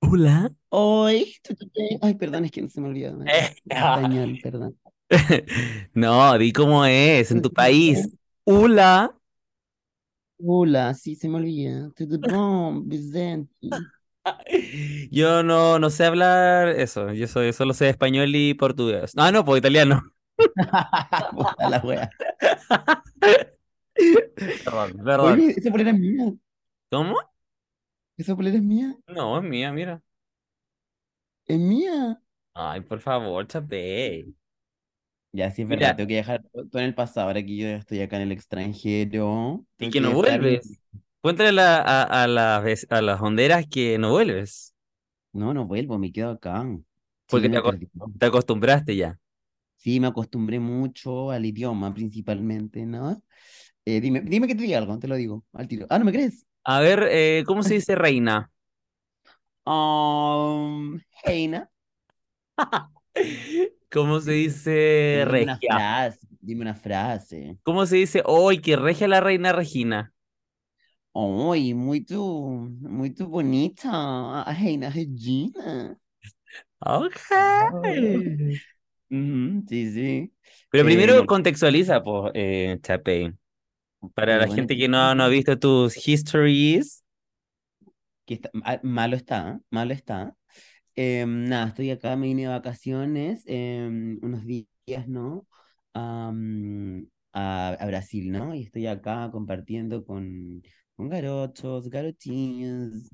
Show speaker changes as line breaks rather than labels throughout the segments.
película
Hoy. Ay, perdón, es que se me olvidó. Español, perdón.
No, di cómo es en tu país. Ula.
Hola, sí, se me olvida. Tudo bom, Vicente?
Yo no, no sé hablar eso. Yo soy, solo sé español y portugués. Ah, no, pues italiano.
Puta la wea.
Perdón, perdón.
Oye, esa polera es mía.
¿Cómo?
Esa polera es mía.
No, es mía, mira.
Es mía.
Ay, por favor, chapé.
Ya, sí, es
Mira.
verdad, tengo que dejar todo en el pasado. Ahora que yo ya estoy acá en el extranjero,
Y
tengo
que no
dejar-
vuelves. Cuéntale la- a, a las, vec- a las honderas que no vuelves.
No, no vuelvo, me quedo acá.
Porque te,
Chile me
acos-
perdió.
te acostumbraste ya.
Sí, me acostumbré mucho al idioma principalmente, ¿no? Eh, dime, dime que te diga algo, te lo digo al tiro. Ah, ¿no me crees?
A ver, eh, ¿cómo se dice reina?
Um, Heina,
¿Cómo se dice
dime
É
una
regia?
frase, dime una frase.
¿Cómo se dice hoy que regia la reina Regina?
Ay, muy tú, muy tú bonita. Ah, Heina Regina.
Ok.
Ujú, sí, sí.
Pero
Eh,
primero
no,
contextualiza, pues, eh, Chapey. Para
eh,
la
bueno,
gente
que,
que no, no ha visto tus histories,
que está, ah, malo está, malo está. Em, nada, estoy acá, me vine de vacaciones, em, unos di- días, ¿no? Am, a, a Brasil, ¿no? Y estoy acá compartiendo con, con garochos, garochines.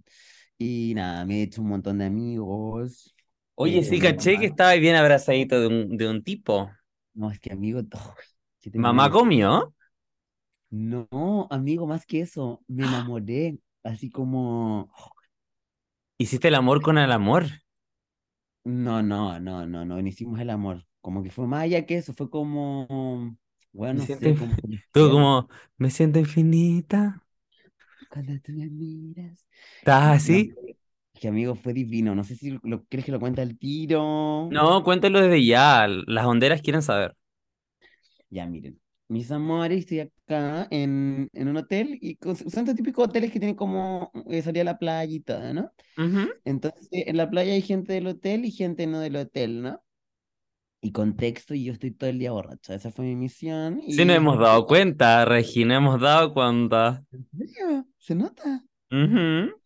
Y nada, me he hecho un montón de amigos. Me he
oye,
hecho
sí,
una
caché que
mamá.
estaba bien abrazadito de un, de un tipo.
No, es que amigo, todo que te
¿Mamá
molesta.
comió?
No, amigo, más que eso, me enamoré. Así como.
¿Hiciste el amor con el amor?
No, no, no, no, no, no hicimos el amor. Como que fue más allá que eso, fue como, bueno,
Me
no
siento
sé, como
infinita. Tú
decía,
como, me siento infinita.
cuando tú me miras.
¿Estás
Y no,
así?
que amigo, fue divino. No sé si lo, lo- crees que lo cuenta el tiro.
No, cuéntalo desde ya. Las honderas quieren saber.
Ya, miren. Mis amores, estoy acá en, en un hotel y con- son estos típicos hoteles que tienen como eh, salir a la playa y todo, ¿no?
Ujú.
Entonces, en la playa hay gente del hotel y gente no del hotel, ¿no? Y contexto, y yo estoy todo el día borracho. Esa fue mi misión
Sí, nos
y
hemos dado cuenta, Regina, hemos dado cuenta.
se nota.
Ujú.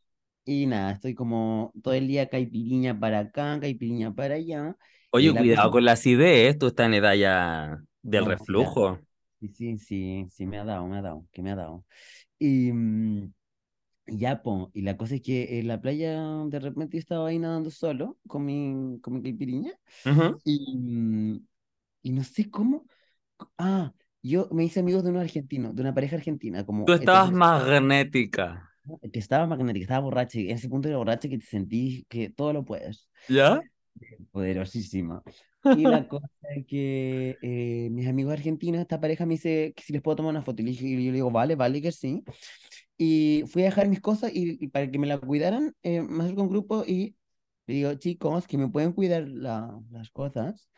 Y nada, estoy como todo el día caipiriña para acá, caipiriña para allá. Y
Oye,
la
cuidado
cosa,
con la acidez, tú estás en edad ya del
no, sí, la-
reflujo.
sí, sí, sí, sí, me ha dado, me ha dado, que me ha dado. Y mm, ya, po, y la cosa es que en la playa de repente yo estaba ahí nadando solo con mi, con mi caipiriña.
Ujú.
Y, mm, y no sé cómo. co- Ah, yo me hice amigos de unos argentinos, de una pareja argentina,
Tú
como
estabas
heterosexual.
magnética,
Que estaba magnética, estaba borracha, y en ese punto era borracha que te sentís que todo lo puedes.
¿ya?
Poderosísima. Y la cosa es que eh, mis amigos argentinos, esta pareja me dice que si les puedo tomar una foto. Y le dije- y yo le digo, vale, vale que sí. Y fui a dejar mis cosas y, y para que me la cuidaran, eh, me acerco a un grupo y le digo, chicos, que me pueden cuidar la- las cosas.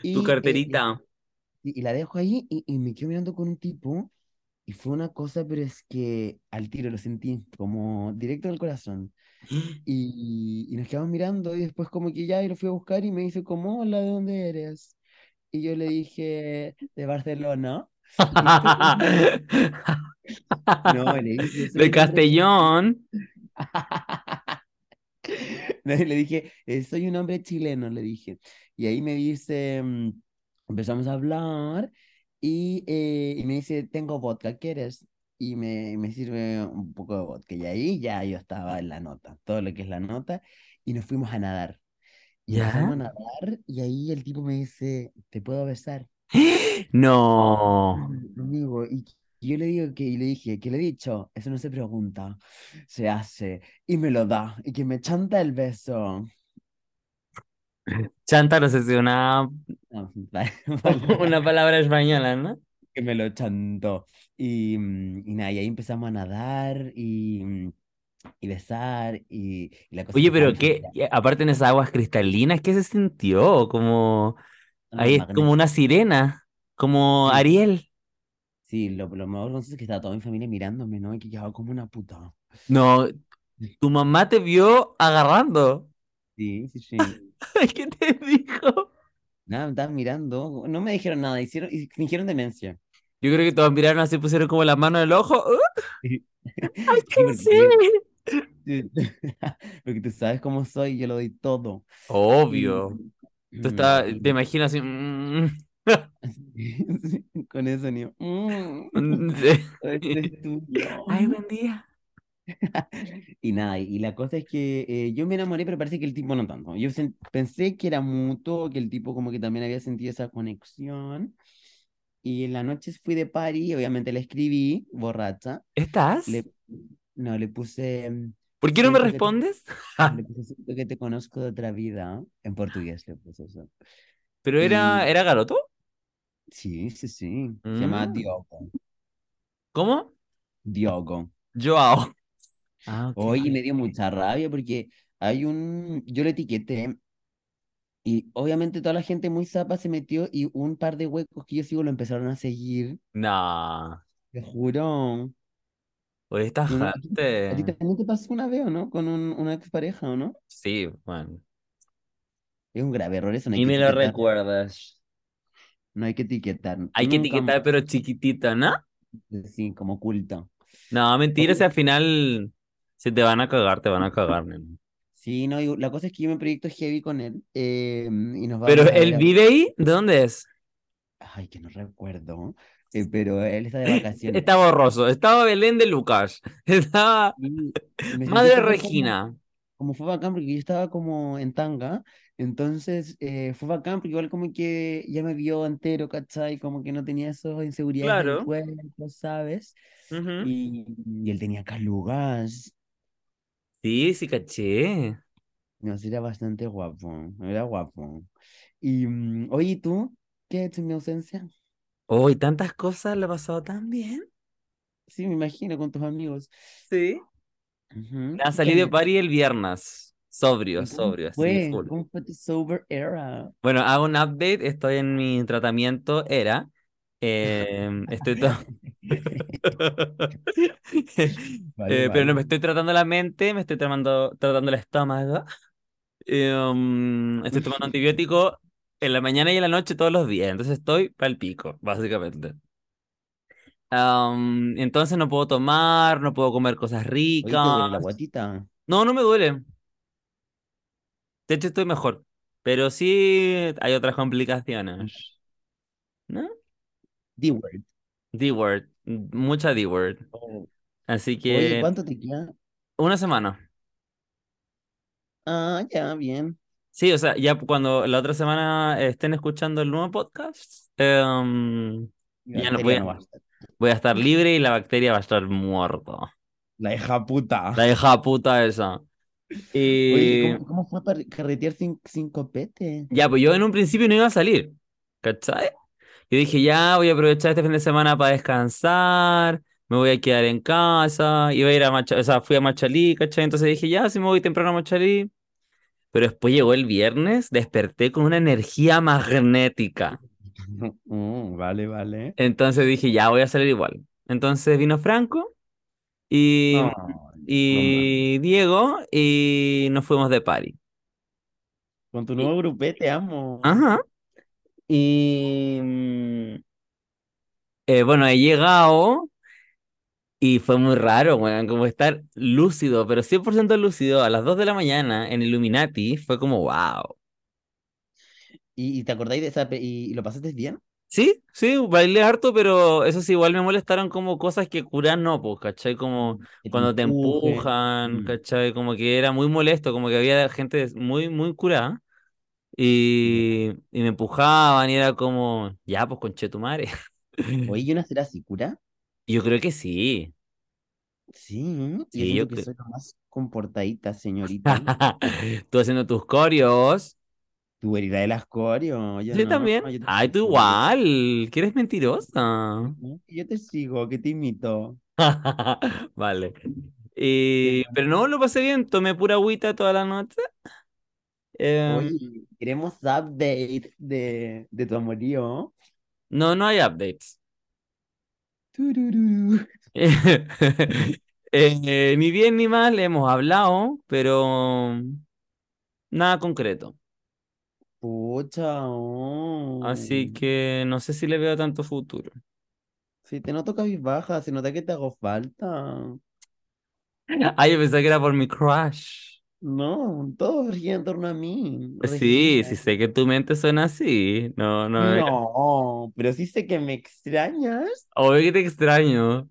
Tu
Y, eh, eh,
carterita.
y y la dejo ahí y, y me quedo mirando con un tipo. Y fue una cosa, pero es que al tiro lo sentí, como directo en el corazón. Y, y nos quedamos mirando y después como que ya y lo fui a buscar y me dice como, hola, ¿de dónde eres? Y yo le dije, de Barcelona. Y tú, no, le dije, soy
De
un hombre chileno.
Castellón.
No, y le dije, "Eh, soy un hombre chileno, le dije. Y ahí me dice, mm, empezamos a hablar y, eh, y me dice, tengo vodka, ¿quieres? Y me, me sirve un poco de vodka. Y ahí ya yo estaba en la nota, todo lo que es la nota. Y nos fuimos a nadar. Y
¿Ya?
empezamos a nadar y ahí el tipo me dice, ¿te puedo besar?
No.
Mm, Amigo, y yo le digo que, y le dije, que le he dicho, eso no se pregunta, se hace, y me lo da, y que me chanta el beso.
Chanta no sé si una,
No, Ah, vale, vale,
una palabra española, ¿no?
que me lo chantó. Y, mm, y nada, y ahí empezamos a nadar y, mm, y besar, y, y la cosa es
Oye,
que
pero qué,
estábamos ya
y aparte en esas aguas cristalinas, ¿qué se sintió? Como,
no,
ahí es como una
magnético.
sirena, como
Sí,
Ariel.
sí, lo, lo más vergonzoso es que estaba toda mi familia mirándome, ¿no? Y que quedaba como una puta.
No, tu mamá te vio agarrando.
ti. Sí, sí.
¿Qué te dijo?
Nada, me estaban mirando. No me dijeron nada, hicieron, y fingieron demencia.
Yo creo que todos miraron así, pusieron como la mano en el ojo. ¡Uh!
Sí,
¡Ay, qué
porque
sí!
yo- Porque tú sabes cómo soy, yo lo doy todo. Y-
Obvio. Tú estás, te
Mm.
imaginas así. mm,
Sí, Con ese sonido. Mm.
mm, sí.
Esto es tuyo.
Ay, buen día.
Y nada, y la cosa es que eh, yo me enamoré, pero parece que el tipo no tanto. Yo sen- pensé que era mutuo, que el tipo como que también había sentido esa conexión. Y en la noche fui de party, obviamente le escribí, borracha.
¿Estás?
Le, no, le puse, mm,
¿Por qué no me
siento que te,
respondes?
le puse, siento que te conozco de otra vida. En portugués le puse eso.
¿Pero era,
Y
era garoto?
sí, sí, sí. Se llama
Mm,
Diogo.
¿Cómo?
Diogo.
Joao. Ah, ok.
Oye, me dio mucha rabia porque hay un, yo lo etiqueté. Y obviamente toda la gente muy zapa se metió y un par de huecos que yo sigo lo empezaron a seguir.
Nah.
Te juro.
Oye, esta
Yo no- ¿A ti a ti
gente.
también te pasó una vez o no? Con un, una expareja o no?
Sí, bueno.
Es un grave error eso, no hay
Ni
que
me lo
etiquetar.
recuerdas.
No hay que etiquetar
Hay que
nunca más.
etiquetar, pero chiquitito, ¿no?
Sí, como culto.
No, mentira, si
Oye,
al final, si te van a cagar, te van a cagar, nena.
sí, no, y la cosa es que yo me proyecto heavy con él eh, y nos
Pero
vamos a ver
él
a...
vive ahí, ¿de dónde es?
Ay, que no recuerdo, eh, pero él está de vacaciones.
Está borroso, estaba Belén de Lucas, estaba
Y me sentí
Madre
súper como...
Regina.
como fue bacán porque yo estaba como en tanga, entonces eh, fue bacán porque igual como que ya me vio entero, ¿cachai? Como que no tenía esas inseguridades del
Claro.
cuerpo, ¿sabes?
ujú.
Y, y él tenía calugas,
Sí, sí, caché.
no, sí era bastante guapo, era guapo. Y mm, oye, ¿y ¿tú qué has hecho en mi ausencia?
Oh, y tantas cosas le ha pasado tan bien.
Sí, me imagino, con tus amigos.
Sí.
Ujú,
Nada,
¿Qué
salí de
hay?
party el viernes. Sobrio,
¿Y cómo
sobrio, así,
fue?
full.
¿Cómo fue tu sober era?
Bueno, hago un update, estoy en mi tratamiento, era. em, estoy todo.
Vale,
Eh, pero no
vale.
me estoy tratando la mente, me estoy tratando, tratando el estómago. Eh, um, estoy tomando antibiótico en la mañana y en la noche todos los días. Entonces estoy pal pico, básicamente. Am, entonces no puedo tomar, no puedo comer cosas
Oye, ¿te
ricas.
duele la guatita?
No, no me duele. De hecho, estoy mejor. Pero sí hay otras complicaciones. ¿No?
D-word.
D-word. Mucha D-word.
Oh.
Así
Oye,
que
¿cuánto te queda?
una semana.
Ah, ya, bien.
Sí, o sea, ya cuando la otra semana estén escuchando el nuevo podcast, em,
Mi
ya no voy
bacteria
a,
no va a estar.
voy a estar libre y la bacteria va a estar muerta.
La hija puta.
La hija puta esa.
Ah. Oye, ¿y
Y
cómo, cómo fue para carretear sin, sin copete?
ya, pues yo en un principio no iba a salir, ¿cachai? Yo dije, ya, voy a aprovechar este fin de semana para descansar, me voy a quedar en casa, iba a ir a Machalí, o sea, fui a Machalí, ¿cachai? Entonces dije, ya, si me voy temprano a Machalí. Pero después llegó el viernes, desperté con una energía magnética.
Mm, vale, vale.
Entonces dije, ya voy a salir igual. Entonces vino Franco y,
Ah, broma.
y Diego y nos fuimos de party.
Con tu
Y-
nuevo grupete, amo.
Ajá. Y mm, eh, bueno, he llegado y fue muy raro, weón, como estar lúcido, pero 100% lúcido a las 2 de la mañana en Illuminati, fue como, wow.
¿Y, y te acordáis de esa... pe- ¿Y, y lo pasaste bien?
Sí, sí, bailé harto, pero eso sí, igual me molestaron como cosas que curar no, pues, ¿cachai? Como
Que te
cuando te
empuje.
empujan,
Mm,
¿cachai? Como que era muy molesto, como que había gente muy, muy curada
ya.
y, y me empujaban y era como, ya, pues, conchetumare.
Oye, ¿y una será así, cura?
Yo creo que sí,
Sí, yo
sí,
siento
yo
que
creo.
soy la más comportadita, señorita.
Tú haciendo tus coreos.
Tú eres la de las coreo, yo
Yo
no,
también.
yo te
Ay, tú
sigo, yo te
igual, que eres mentirosa.
sigo, yo te sigo, que te imito.
Vale.
Qué
Y- pero no,
bueno.
lo pasé bien, tomé pura agüita toda la noche. Em,
Oye, queremos update de, de tu amorío.
no, no hay updates.
Tururú.
Eh, ni bien ni mal hemos hablado, pero Nada concreto.
Pucha, oh.
Así que no sé si le veo tanto futuro.
Si te noto cabizbaja, se nota que te hago falta.
Ay, Ah, yo pensé que era por mi crush.
No, todo gira en torno a mí.
Eh, Sí,
Regina.
sí sé que tu mente suena así. No, no. eh, era-
No, pero sí sé que me extrañas.
Obvio que te extraño.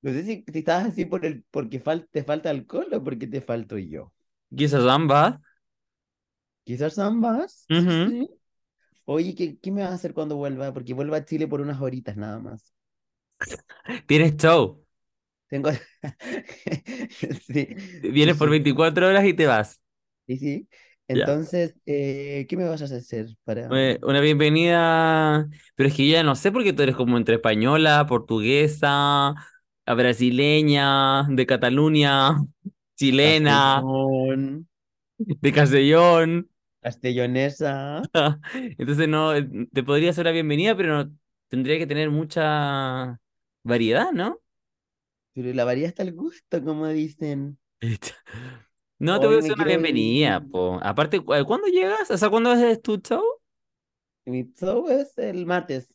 No sé si, si estás así por el, porque fal- te falta alcohol o porque te falto yo.
Quizás ambas.
Quizás ambas.
Ujú.
Sí. Oye, ¿qué, qué me vas a hacer cuando vuelva? Porque vuelvo a Chile por unas horitas nada más.
Tienes show.
Tengo. Sí, sí,
Vienes por
sí.
24 horas y te vas.
Sí, sí.
Ya.
Entonces, eh, ¿qué me vas a hacer para...?
Eh, Una bienvenida. Pero es que ya no sé por qué tú eres como entre española, portuguesa, a brasileña, de Cataluña, chilena,
Castellón,
de Castellón.
castellonesa.
Entonces no, eh, te podría hacer la bienvenida, pero no- tendría que tener mucha variedad, ¿no?
Pero la varía hasta el gusto, como dicen.
No te voy a
Hoy
hacer una
me quiero ir.
bienvenida, po. Aparte, cu- eh, ¿cuándo llegas? O sea, ¿cuándo haces tu show?
Mi show es el martes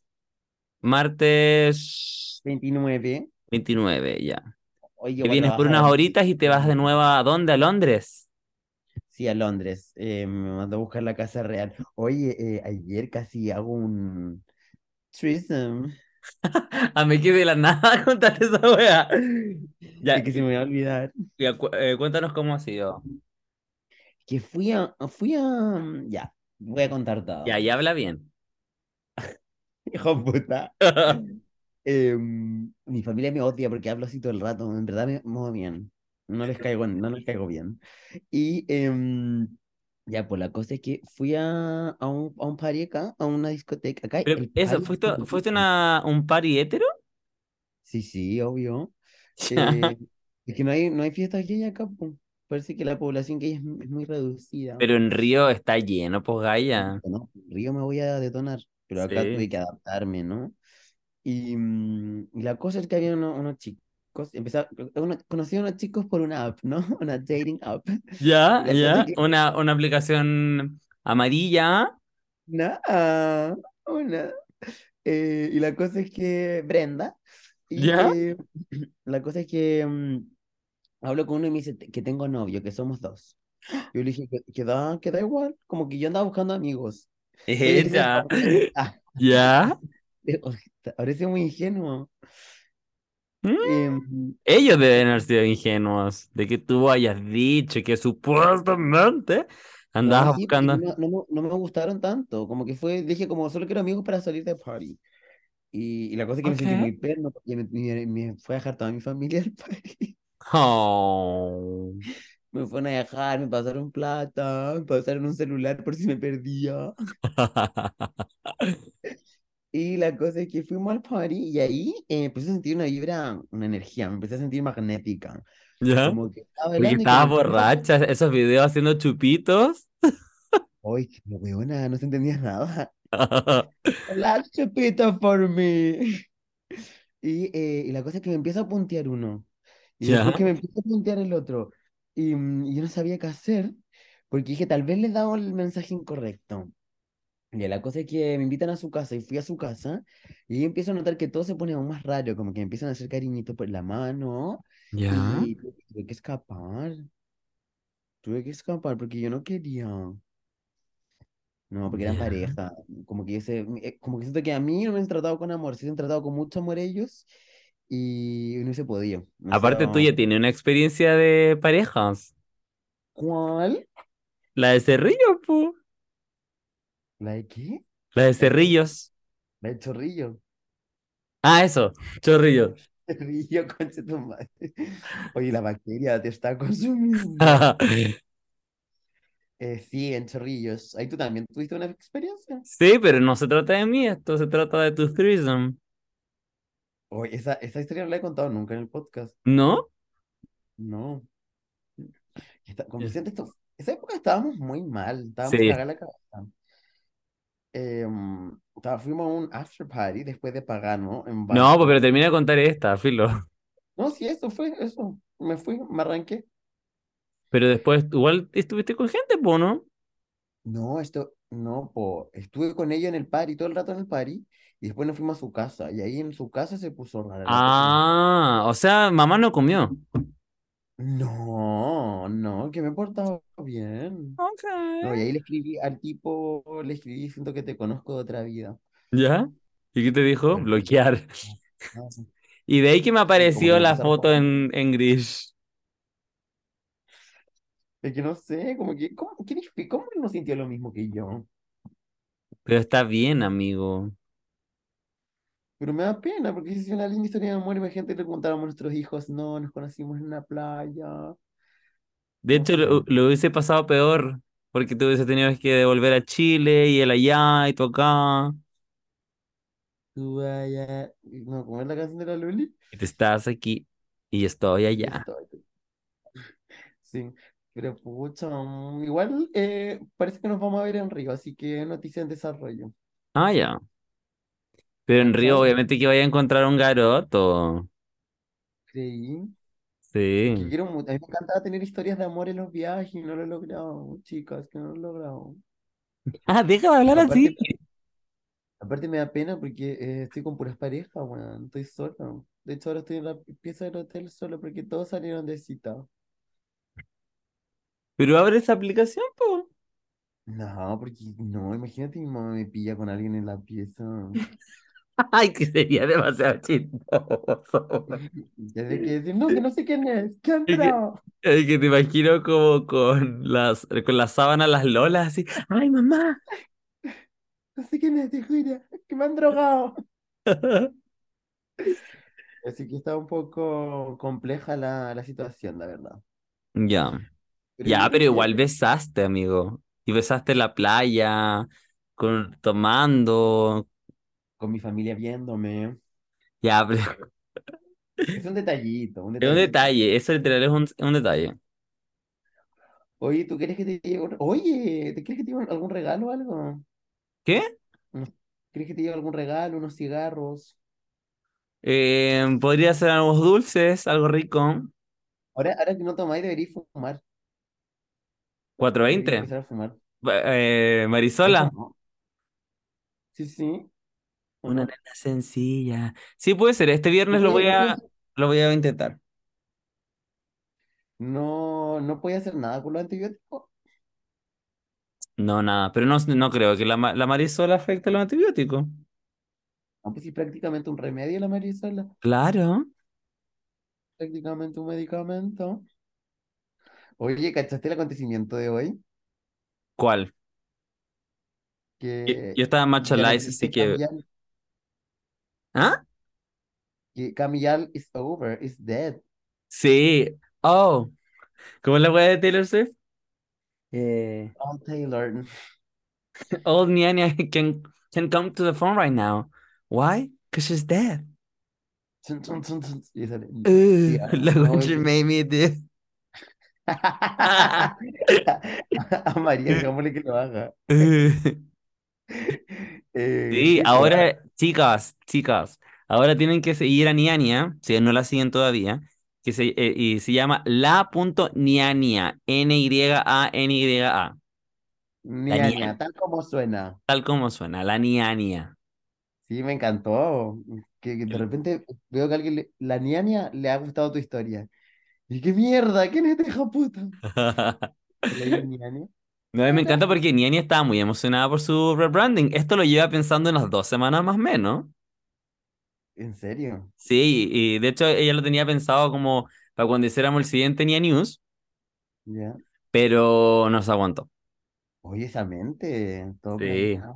Martes
29.
29, ya.
Hoy yo
Que
voy a
vienes por
trabajar
unas
a las
horitas y te vas de
5.
nuevo a dónde, a Londres.
Sí, a Londres. Eh, me mandó a buscar la casa real. Oye, eh, ayer casi hago un threesome.
A mí que de la nada contaste esa wea.
Es
Ya,
que se me va a olvidar.
ya, cu- eh, cuéntanos cómo ha sido.
Que fui a... Fui a... Ya, voy a
Ya,
contar todo.
ya habla bien.
Hijo de puta. Em, mi familia me odia porque hablo así todo el rato. En verdad me muevo bien. No les caigo, no les caigo bien. Y em, ya, pues la cosa es que fui a, a un, a un party acá, a una discoteca. Acá
Pero
el
eso,
party
¿fuiste,
es muy
fuiste
rico.
una, un party hetero?
Sí, sí, obvio.
Ya.
Eh, es que no hay, no hay fiestas gay acá. po. Parece que la población gay es, m- es muy reducida.
Pero en Río está lleno, pues Gaia.
No, Río me voy a detonar, pero acá tuve
Sí.
que adaptarme, ¿no? Y, mm, y la cosa es que había uno- unos chicos, empezaba, uno- conocí a unos chicos por una app, ¿no? Una dating app. Y
Ya,
la cosa es
ya.
que,
Una, una aplicación amarilla.
nada, una. Eh, y la cosa es que, Brenda, y
¿Ya?
eh, la cosa es que mm, hablo con uno y me dice "Te- que tengo novio, que somos dos. Yo le dije que, que da, que da igual, como que yo andaba buscando amigos. Oye, tengo
Esa.
esta.
¿Ya?
Parece muy ingenuo.
Mm,
Em,
Ellos deben haber sido ingenuos de que tú hayas dicho que supuestamente
No,
andabas
sí, pues, porque
buscando.
no, no, me- no me gustaron tanto. Como que fue, dije, como solo quiero amigos para salir de party. Y, y la cosa es que me sentí
Ok.
muy perno, porque me, me- me fue a dejar toda mi familia al party.
Oh.
Me fueron a dejar, me pasaron plata, me pasaron un celular por si me perdía. Y la cosa es que fuimos al party y ahí eh, empecé a sentir una vibra, una energía, me empecé a sentir magnética.
¿Ya?
Como que estaba
Porque
bailando y como
estabas
el cuerpo.
borracha, esos videos haciendo chupitos.
¡Ay, qué huevona! No se entendía nada. Last chupito for me. Y, eh, y la cosa es que me empieza a puntear uno. Y después
¿Ya?
que me empieza a puntear el otro. Y, mm, y yo no sabía qué hacer. Porque dije, tal vez le he dado el mensaje incorrecto. Y la cosa es que me invitan a su casa. Y fui a su casa. Y ahí empiezo a notar que todo se pone aún más raro. Como que me empiezan a hacer cariñitos por la mano.
¿Ya?
Y pues, tuve que escapar. Tuve que escapar porque yo no quería. No, porque eran
¿Ya?
pareja. Como que yo sé- eh, como que siento que a mí no me han tratado con amor. Sí, se han tratado con mucho amor ellos. Y no se podía. O
Aparte tú
sea,
ya tienes una experiencia de parejas.
¿cuál?
La de Cerrillos, pu.
¿La de qué?
La de
La de, chor-
Cerrillos.
la de chorrillo.
Ah, eso. Chorrillos.
Chorrillo, concha de tu madre. Oye, la bacteria te está consumiendo. Eh, sí, en chorrillos. Ahí tú también tuviste una experiencia.
Sí, pero no se trata de mí, esto se trata de tu threesome.
Oye, esa, esa historia no la he contado nunca en el podcast.
¿No?
No. Está- con
Ya.
Vicente, esto, esa época estábamos muy mal. Estábamos
Sí.
cagados la cabeza. em, ta- fuimos a un after party después de pagar, ¿no? En
No, pues,
Valpo.
pero termina de contar esta, filo.
No, sí, eso fue, eso. Me fui, me arranqué.
Pero después, igual estuviste con gente, po, ¿no?
No, esto, no, po. Estuve con ella en el party, todo el rato en el party, y después nos fuimos a su casa, y ahí en su casa se puso rara la cuestión.
Ah, o sea, mamá no comió.
No, no, que me he portado bien. No,
Okay.
y ahí le escribí al tipo, le escribí, siento que te conozco de otra vida.
¿Ya? ¿Y qué te dijo?
Pero,
Bloquear.
no,
Y de ahí que me
y como que
apareció
me
la
puse a
foto
rogar.
en, en gris.
Es que no sé, como que, ¿cómo, qué dif- cómo no sintió lo mismo que yo?
Pero está bien, amigo.
Pero me da pena, porque es una linda historia de amor. Imagínate que le contábamos a nuestros hijos, no, nos conocimos en una playa.
De
No
hecho,
sé.
lo, lo hubiese pasado peor, porque tú hubieses tenido que devolver a Chile y él allá y tú acá.
Tú allá. No, ¿cómo es la canción de la Luli?
Y tú estás aquí y yo estoy
Y
allá.
estoy. Sí. Pero pucha, mm, igual eh, parece que nos vamos a ver en Río, así que noticia en desarrollo.
Ah, ya. Pero en Río,
¿Cachai?
obviamente que vaya a encontrar un garoto.
Creí. Es que
Sí.
quiero mucho. A mí me encantaba tener historias de amor en los viajes y no lo he logrado, chicas, que no lo he logrado.
Ah, deja de hablar así.
Aparte, aparte me da pena porque eh, estoy con puras parejas, weón. Estoy solo. De hecho, ahora estoy en la pieza del hotel solo porque todos salieron de cita.
Pero abre esa aplicación, po.
No, porque no, imagínate mi mamá me pilla con alguien en la pieza.
Ay, que sería demasiado chistoso.
Ya sé que decir, no, que no sé quién es, ¿qué ha
Es que,
entrado?
es que te imagino como con las, con las sábanas, las lolas, así. ¡Ay, mamá!
No sé quién es, te juro, que me han drogado. Así que está un poco compleja la, la situación, la verdad.
Ya.
Pero yo
Ya,
creo
pero
que
igual besaste, amigo. Y besaste en la playa, con, tomando.
con mi familia viéndome,
Ya, pero
es un detallito, un
es un
detallito.
detalle, eso literal es un, es un detalle.
Oye, ¿tú crees que te lleve un... Oye, ¿te crees que te lleve algún regalo o algo?
¿Qué?
No. ¿Crees que te lleve algún regalo, unos cigarros?
Eh, podría ser algo dulces, algo rico.
Ahora, ahora que no tomáis, deberíais fumar. Deberíais
420.
empezar a fumar.
Eh,
¿Han
Marisola.
fumado? Sí, sí, ¿o
Una
no?
nena sencilla. Sí, puede ser. Este
¿Tú
viernes lo voy
podías,
a,
podías-
lo voy a intentar.
No, no podía hacer nada con los antibióticos.
No, nada. Pero no, no creo que la, ma- la Marisola afecte los antibióticos.
No, pues sí, prácticamente un remedio la marisola,
Claro.
prácticamente un medicamento. Oye, ¿cachaste el acontecimiento de hoy?
¿Cuál? Yo, Eh, yo
Que
estaba en
Yana
Machalais, así
Cristo
que.
Camillal,
¿Ah?
que Camillal is over, is dead.
Sí. Oh. ¿Cómo es la weá de Taylor Swift? Eh.
Oh, Taylor.
Old Niania can, can come to the phone right now. Why? Because she's dead.
Chun, chun, chun, chun. Y sale,
Uh,
yeah,
look what you
oye.
made me do.
A María, digámosle que lo haga.
Uh,
Eh,
Sí,
qué wea.
ahora, chicas, chicas, ahora tienen que seguir a Niania, si no la siguen todavía, que se, eh, y se llama la.niania, N-Y-A-N-Y-A, la
Niaña,
Niania,
tal como suena.
tal como suena, la Niania.
Sí, me encantó. Que, que de
El-
repente veo que a alguien, le- la niña le ha gustado tu historia. Y qué mierda, ¿quién es este hijo puta? Le digo niña.
No, y me
Hola.
encanta porque Niania estaba muy emocionada por su rebranding. Esto lo lleva pensando en las dos semanas más o menos.
¿En serio?
Sí, y de hecho ella lo tenía pensado como para cuando hiciéramos el siguiente Nia News,
Ya.
pero no se aguantó.
Oye, esa mente, todo
Sí.
planeado.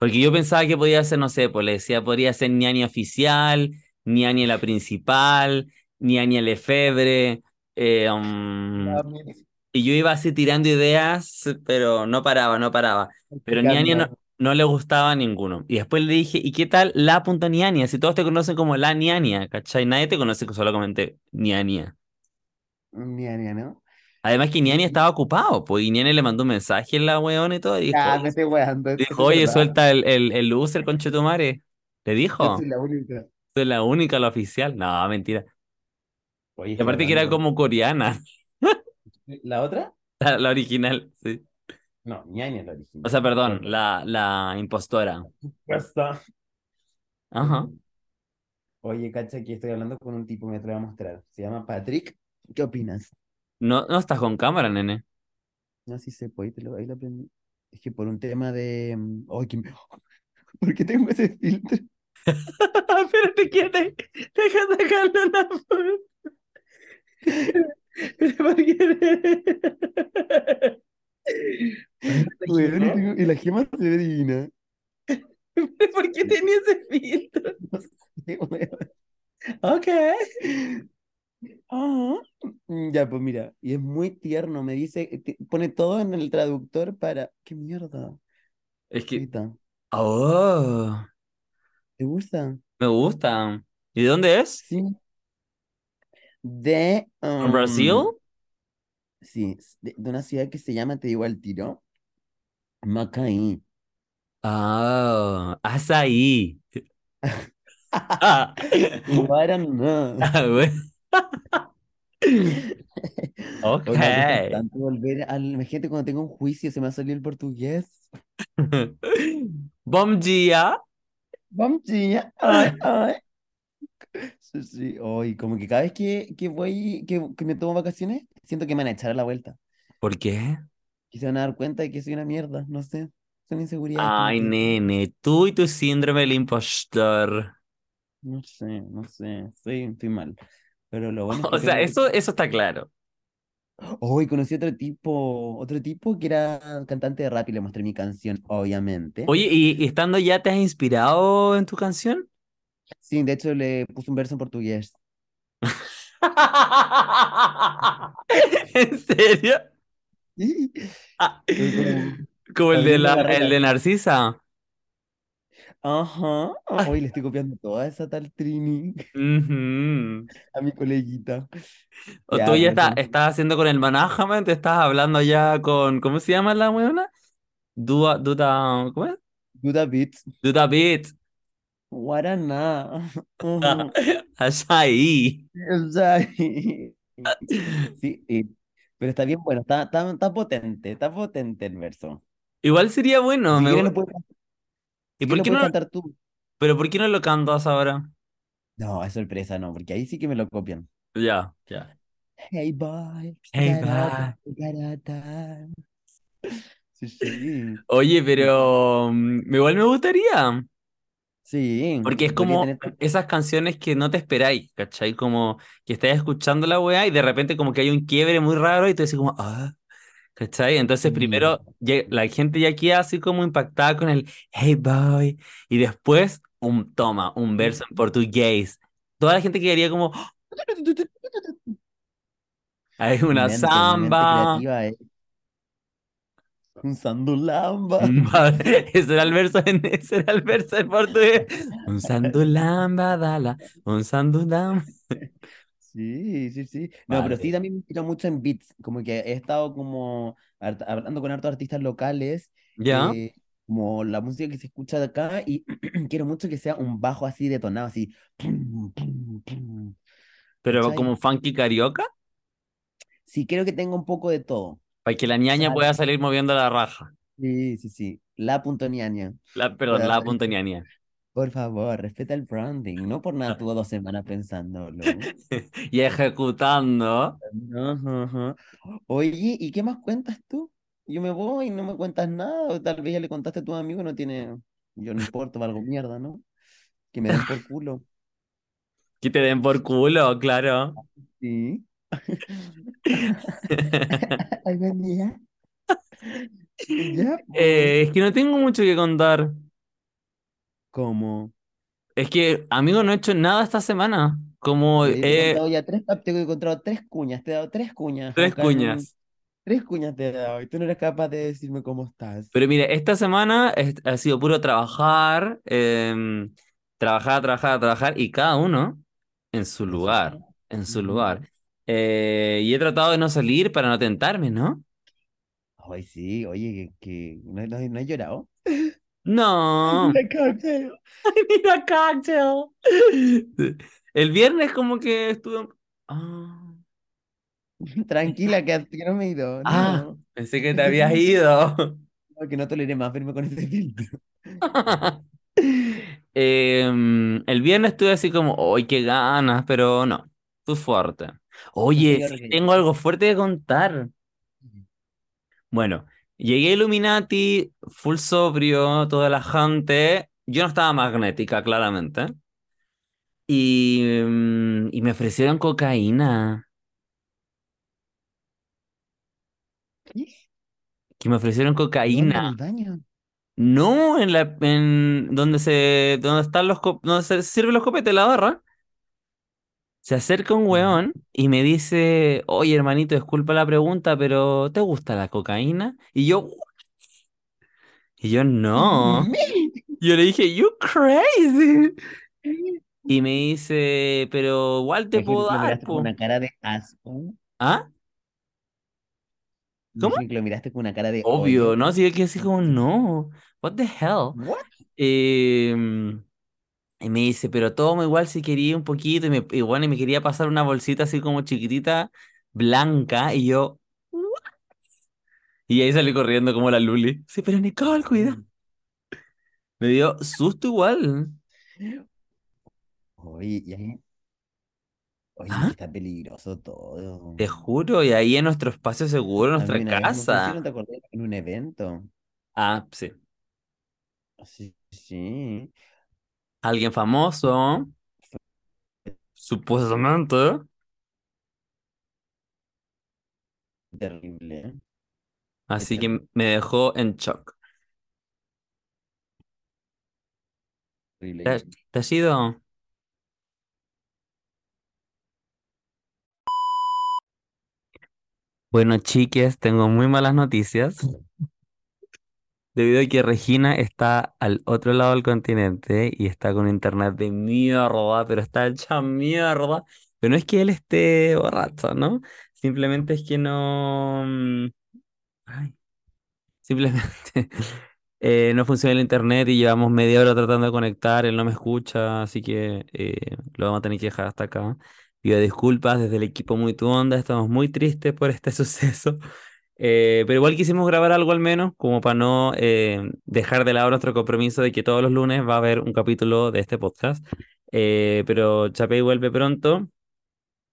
Porque yo pensaba que podía ser, no sé, pues le decía, podría ser ñaña oficial, ñaña la principal, ñaña Lefebvre. eh, um,
La mierda,
y yo iba así tirando ideas, pero no paraba, no paraba. Pero ñaña no,
Practicando.
no le gustaba a ninguno. Y después le dije, ¿y qué tal la punta ñaña? Si todos te conocen como la ñaña, ¿cachai? Nadie te conoce solamente ñaña.
Niña, ¿no?
Además que Niani
Y-
estaba ocupado, pues y Niani le mandó un mensaje en la weona y todo, y dijo,
Ya,
oye,
Ah, me estoy weando, eso
dijo,
es
oye,
verdad.
suelta el, el, el loser, conchetumare. Le
Yo
dijo,
soy la única.
soy la única, la oficial. No, mentira.
Oye,
Y
estoy
aparte que era
hablando.
como coreana,
¿La otra?
la, la original, sí.
No, ñaña es la original.
O sea, perdón, la, la impostora.
Cuesta.
Ajá.
Oye, cacha, aquí estoy hablando con un tipo, me atrevo a mostrar. Se llama Patrick. ¿Qué opinas?
No, no estás con cámara, nene.
No, sí se puede, te lo, ahí lo aprendí. Es que por un tema de... mm, Ay, que me- ¿Por qué tengo ese filtro?
Espérate, ¿quién te deja sacarlo la foto? ¿Por qué?
Weón, y tengo- y la gema se ve divina.
¿Por qué tenía ese filtro?
Sí, weón.
Ok.
Ah. Mm, Ya, pues mira, y es muy tierno, me dice, eh, ti- pone todo en el traductor para... ¿Qué mierda?
Es que.
Rita,
Oh,
¿te gusta?
me gusta. ¿Y de dónde es?
Sí. De...
¿En Brasil?
um, Sí, s- de, de una ciudad que se llama, te digo al tiro, Macaí.
Ah, Azaí. Ah,
Guaraná.
bueno. Ok.
Oye, me gusta tanto volver al... Imagínate cuando tengo un juicio, se me ha salido el portugués.
Bom dia.
Bom dia, Ay, ay. Sí, sí, ay, como que cada vez que, que voy, que, que me tomo vacaciones, siento que me van a echar a la vuelta.
¿Por qué?
Y se van a dar cuenta de que soy una mierda, no sé. Son inseguridades que
Ay,
yo tengo.
nene, tú y tu síndrome del impostor.
No sé, no sé, sí, estoy mal. Pero lo bueno es que
O sea,
tengo...
eso, eso está claro.
Hoy conocí otro tipo, otro tipo que era cantante de rap y le mostré mi canción, obviamente.
Oye, ¿y, y estando ya te has inspirado en tu canción?
Sí, de hecho le puse un verso en portugués.
¿En serio?
Sí.
Ah,
Fue como,
Como el de
abriendo
la,
barreras.
el de Narcisa.
Ajá, hoy le estoy copiando toda esa tal Trini
Ujú.
a mi coleguita.
O
Ya,
tú ya
pero
está-
con...
estás haciendo con el management, te estás hablando ya con, ¿cómo se llama la weona? Duda, Duda, ¿cómo es?
Duda Beats,
Duda Beat.
Guaraná. Ujú.
Azaí.
O sea, y- Sí, y- pero está bien bueno, está, está, está potente, está potente el verso.
Igual sería bueno.
Si
me
quieres
gu-
lo puedes,
¿Y
si quieres
por
lo
qué
puedes
no?
cantar tú.
¿Pero por qué no lo cantas ahora?
No, es sorpresa, no, porque ahí sí que me lo copian.
Ya, ya.
Hey boy,
Hey,
get up,
bye.
get out time. Sí, sí.
Oye, pero mm, igual me gustaría,
Sí,
porque es
podría
como
tener. tam-
esas canciones que no te esperáis, ¿cachai? Como que estás escuchando la weá y de repente como que hay un quiebre muy raro y tú dices como, ah, ¿cachai? Entonces
Sí,
primero ya- la gente ya queda así como impactada con el hey boy y después un toma, un verso en portugués. Toda la gente quedaría como, ¡Ah! hay
Mi
una
mente, mi mente
samba.
creativa es un sandulamba.
Va- Ese era el verso en, ese era el verso en portugués. Un sandulam badala, un sandulam.
Sí, sí, sí. No, pero sí
Vale.
también me inspiro mucho en beats. Como que he estado como hart- hablando con hartos artistas locales,
¿Ya?
eh, como la música que se escucha de acá, y quiero mucho que sea un bajo así detonado, así. pum, pum, pum,
Pero
¿Cachai?
como funky carioca,
Sí, creo que tenga un poco de todo.
para que la
O
ñaña
sea,
pueda salir moviendo la raja.
sí, sí, sí. La punto ñaña.
La, perdón,
Pueda
la
salir.
punta ñaña.
Por favor, respeta el branding. No por nada tuvo dos semanas pensándolo.
Y ejecutando.
Ajá, ajá. Oye, ¿y qué más cuentas tú? Yo me voy y no me cuentas nada. O tal vez ya le contaste a tu amigo, no tiene. Yo no importo, valgo mierda, ¿no? Que me den por culo.
Que te den por culo, claro.
Sí. Ay, buen día. Ya, pues.
Eh, es que no tengo mucho que contar.
¿Cómo?
Es que, amigo, no he hecho nada esta semana. Como
Sí, te he
eh,
contado ya tres, cap- te he encontrado tres cuñas, te he dado tres cuñas
tres
acá en,
cuñas.
Tres cuñas te he dado y tú no eres capaz de decirme cómo estás.
Pero mire, esta semana es- ha sido puro trabajar, em, trabajar, trabajar, trabajar, y cada uno en su
En su
lugar, en su
Ujú.
lugar. Eh, y he tratado de no salir para no tentarme, ¿no?
Ay, sí, oye, que, que no, no, no he llorado. Ay,
No.
mira, cabrón.
Mira, cocktail. El viernes como que estuve... Ah.
Tranquila, que, que no me he ido.
Ah.
No,
Pensé que te habías ido.
no, que no toleré más verme con este filtro.
Em, el viernes estuve así como, ¡ay, qué ganas! Pero no, fue fuerte.
Muy
Oye, sí
horrible.
tengo algo fuerte de contar. Bueno, llegué a Illuminati, full sobrio, toda la gente. Yo no estaba magnética, claramente. Y, mm, y me ofrecieron cocaína.
¿Qué?
Que me ofrecieron
¿Dónde?
cocaína.
¿En el baño?
No, en la, en donde se, donde están los, co- donde se sirven los copetes, la barra. Se acerca un
Ya.
weón y me dice, oye hermanito, disculpa la pregunta, pero ¿te gusta la cocaína? Y yo, "What?". y yo no. Yo le dije, you crazy. Y me dice, pero igual te
Imagino
puedo
que lo
dar,
miraste con
po".
una cara de asco.
¿Ah? ¿Cómo?
Imagino que lo miraste con una cara de
Obvio,
odio.
¿no? Así que así como, no, what the hell.
What?
Em, y me dice, pero toma igual si quería un poquito. Y, me, y bueno, y me quería pasar una bolsita así como chiquitita, blanca. Y yo, "What?". y ahí salí corriendo como la Luli. Sí, pero Nicole, cuidado.
Mm.
Me dio susto igual.
Oye, y ahí- oye,
¿Ah?
está peligroso todo.
Te juro, y ahí en nuestro espacio seguro, en
A mí
nuestra
una vez me ofrecieron,
casa.
¿te acordás? En un evento.
Ah, sí.
Sí, sí.
Alguien famoso, supuestamente.
Terrible. Qué
Así que
terrible.
me dejó en shock. ¿Te, has- te has ido? Bueno, chiques, tengo muy malas noticias. Debido a que Regina está al otro lado del continente y está con internet de mierda, pero está hecha mierda. Pero no es que él esté borracho, ¿no? Simplemente es que no... mm, ay, simplemente eh, no funciona el internet y llevamos media hora tratando de conectar, él no me escucha, así que eh, lo vamos a tener que dejar hasta acá. Pido disculpas desde el equipo Muy Tu Onda, estamos muy tristes por este suceso. Eh, pero igual quisimos grabar algo al menos, como para no eh, dejar de lado nuestro compromiso de que todos los lunes va a haber un capítulo de este podcast. Eh, pero Chapey vuelve pronto,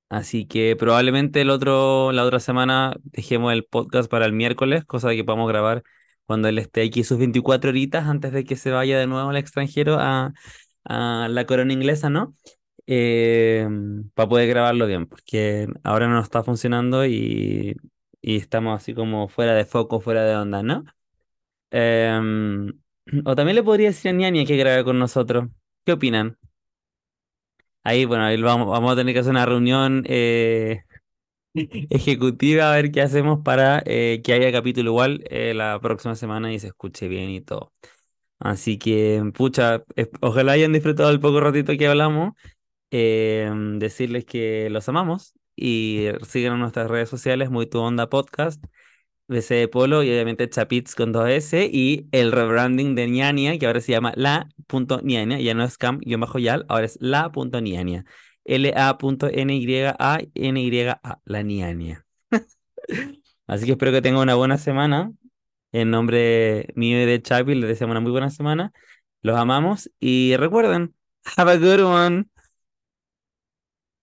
así que probablemente el otro, la otra semana dejemos el podcast para el miércoles, cosa de que podamos grabar cuando él esté aquí sus 24 horitas antes de que se vaya de nuevo al extranjero a, a la corona inglesa, ¿no? Eh, para poder grabarlo bien, porque ahora no está funcionando y, y estamos así como fuera de foco, fuera de onda, ¿no? Em, o también le podría decir a Ñaña que grabe con nosotros. ¿Qué opinan? Ahí, bueno, ahí lo vamos, vamos a tener que hacer una reunión eh, ejecutiva a ver qué hacemos para eh, que haya capítulo igual eh, la próxima semana y se escuche bien y todo. Así que, pucha, es- ojalá hayan disfrutado el poco ratito que hablamos. eh, decirles que los amamos y síganos en nuestras redes sociales, Muy Tu Onda Podcast, BC de Polo y obviamente Chapitz con dos S y el rebranding de Ñaña, que ahora se llama La.Niania, ya no es Cam-Yal, ahora es La.Niania. L-A.N-Y-A-N-Y-A, la Niania. Así que espero que tengan una buena semana. En nombre mío y de Chapi, les deseamos una muy buena semana. Los amamos y recuerden, have a good one.